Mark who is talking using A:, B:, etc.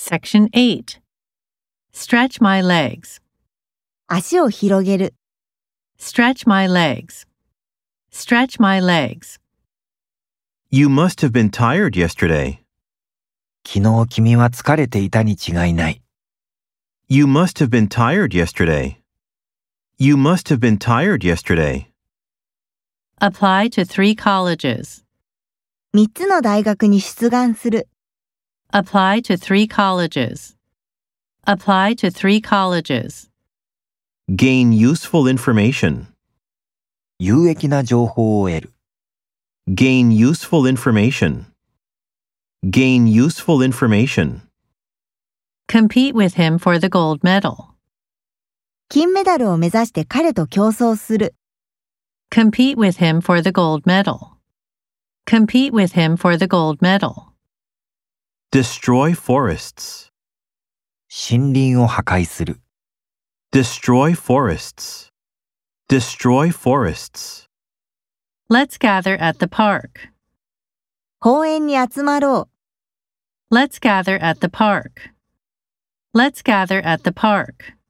A: Section 8. Stretch my legs.
B: 足を広げる、
A: Stretch my legs. Stretch my legs.
C: You must have been tired yesterday.
D: 昨日君は疲れていたに違いない。
C: You must have been tired yesterday. You must have been tired yesterday.
A: Apply to three colleges.
B: 3つの大学に出願する、
A: Apply to three colleges. Apply to three colleges.
C: Gain useful information.
D: 有益な情報を得る。
C: Gain useful information. Gain useful information.
A: Compete with him for the gold medal.
B: 金メダルを目指して彼と競争する、
A: Compete with him for the gold medal. Compete with him for the gold medal.
C: Destroy forests.
D: 森林を破壊する。
C: Destroy forests. Destroy forests.
A: Let's gather at the park.
B: 公園に集まろう、
A: Let's gather at the park. Let's gather at the park.